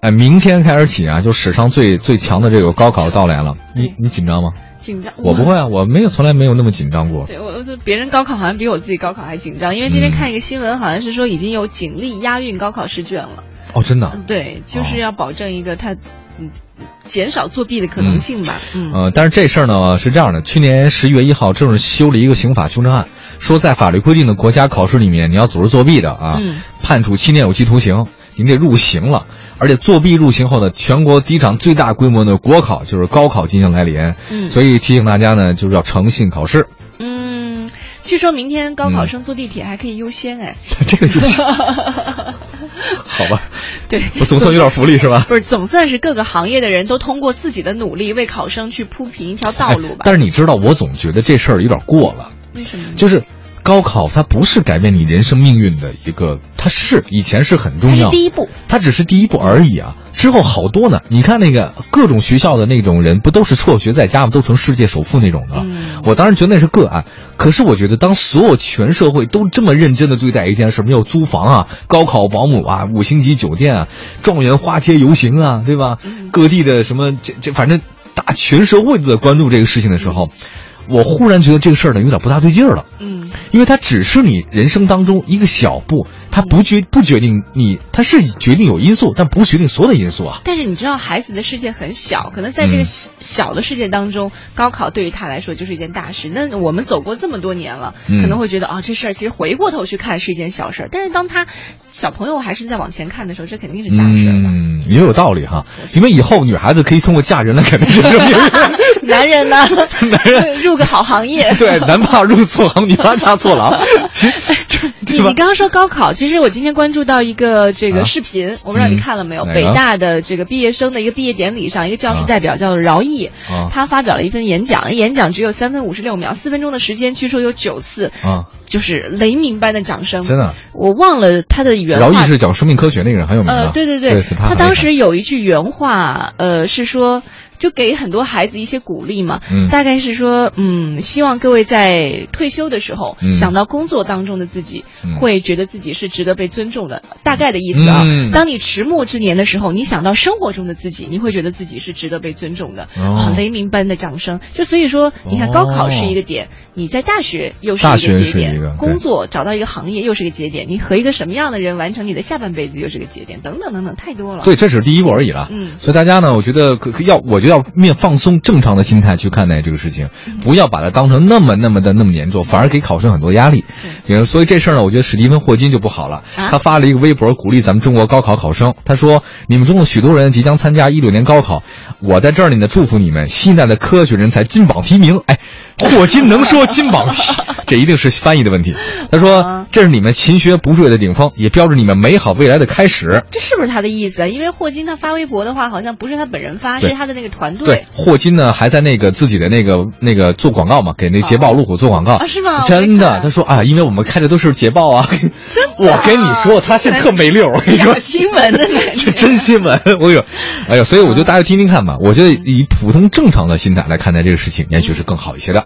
哎，明天开始起啊，就史上最最强的这个高考到来了。嗯你你紧张吗？紧张，我不会啊，我没有从来没有那么紧张过。嗯对我，我就别人高考好像比我自己高考还紧张，因为今嗯天看一个新闻，好像是说已经有警力押运高考试卷了。嗯哦，真的。对，就是要保证一个他，嗯，减少作弊的可能性吧。嗯，呃，但是这事儿呢是这样的，去年十一月一号正式修了一个刑法修正案，说在法律规定的国家考试里面，你要组织作弊的啊，嗯判处七年有期徒刑，您得入刑了。而且作弊入刑后呢，全国第一场最大规模的国考就是高考进行来临，嗯所以提醒大家呢，就是要诚信考试。 嗯，据说明天高嗯考生坐地铁还可以优先 哎。这个就是好吧，对，我总算有点福利是吧？不是，总算是各个行业的人都通过自己的努力为考生去铺平一条道路哎吧。但是你知道，我总觉得这事儿有点过了，为什么呢？就是高考它不是改变你人生命运的一个，它是以前是很重它要啊是，第一步。它只是第一步而已啊。之后好多呢，你看那个各种学校的那种人，不都是辍学在家吗？都成世界首富那种的。嗯我当然觉得那是个案，可是我觉得当所有全社会都这么认真的对待一件事，没有租房啊、高考保姆啊、五星级酒店啊、状元花街游行啊，对吧？嗯各地的什么这这，反正大全社会都在关注这个事情的时候，我忽然觉得这个事儿呢有点不大对劲儿了。嗯因为它只是你人生当中一个小步，它不决不决定你，它是决定有因素，但不决定所有的因素啊。但是你知道，孩子的世界很小，可能在这个嗯小小的世界当中，高考对于他来说就是一件大事。那我们走过这么多年了，嗯可能会觉得啊、这事儿其实回过头去看是一件小事儿。但是当他小朋友还是在往前看的时候，这肯定是大事儿了。嗯，也有道理哈，因为以后女孩子可以通过嫁人来改变人生命运。男人呢？嗯 男人 入个好行业。 对，男怕入错行，女怕嫁错 郎。其实这你对吧你？刚刚说高考，其实我今天关注到一个这啊个视频，我不知道你看了没有？哪个北大的这个毕业生的一个毕业典礼上，一个教师啊代表叫饶毅，啊他发表了一份演讲，演讲只有三分五十六秒，四分钟的时间，据说有九次，啊，就是雷鸣般的掌声。真的，啊我忘了他的原饶毅话是讲生命科学那个人很有名的呃，。对对对，是他很当厉害时有一句原话，呃，是说就给很多孩子一些鼓励嘛，嗯大概是说，嗯，希望各位在退休的时候、嗯想到工作当中的自己，嗯会觉得自己是值得被尊重的，大概的意思啊。嗯当你迟暮之年的时候，你想到生活中的自己，你会觉得自己是值得被尊重的。哦啊，雷鸣般的掌声，就所以说，你看哦高考是一个点，你在大学又是大一学个节是点，一个对工作找到一个行业又是个节点，你和一个什么样的人完成你的下半辈子又是个节点，等等等等，太多了。对，这只是第一步而已了。嗯所以大家呢，我觉得可可要，我就要面放松正常的心态去看待这个事情，嗯不要把它当成那么那么的那么严重，反而给考生很多压力。也所以这事儿呢，我觉得史蒂芬霍金就不好了。嗯啊他发了一个微博鼓励咱们中国高考考生，他说：“你们中的许多人即将参加一六年高考，我在这儿里呢祝福你们，新一代的科学人才金榜题名。”哎，霍金能说金榜 题，这一定是翻译的问题。他说啊：“这是你们勤学不懈的顶峰，也标志你们美好未来的开始。”这是不是他的意思啊？因为霍金他发微博的话，好像不是他本人发，对是他的那个团对队，霍金呢还在那个自己的那个那个做广告嘛，给那捷豹、路虎做广告啊是吗我没真看的，他说啊，因为我们开的都是捷豹 啊。真的我跟你说，他现在特没溜 儿，我跟你说讲。新闻的感这觉。真新闻，我有，嗯哎呀，所以我觉得大家听听看吧，我觉得以普通正常的心态来看待这个事情，也许是更好一些的。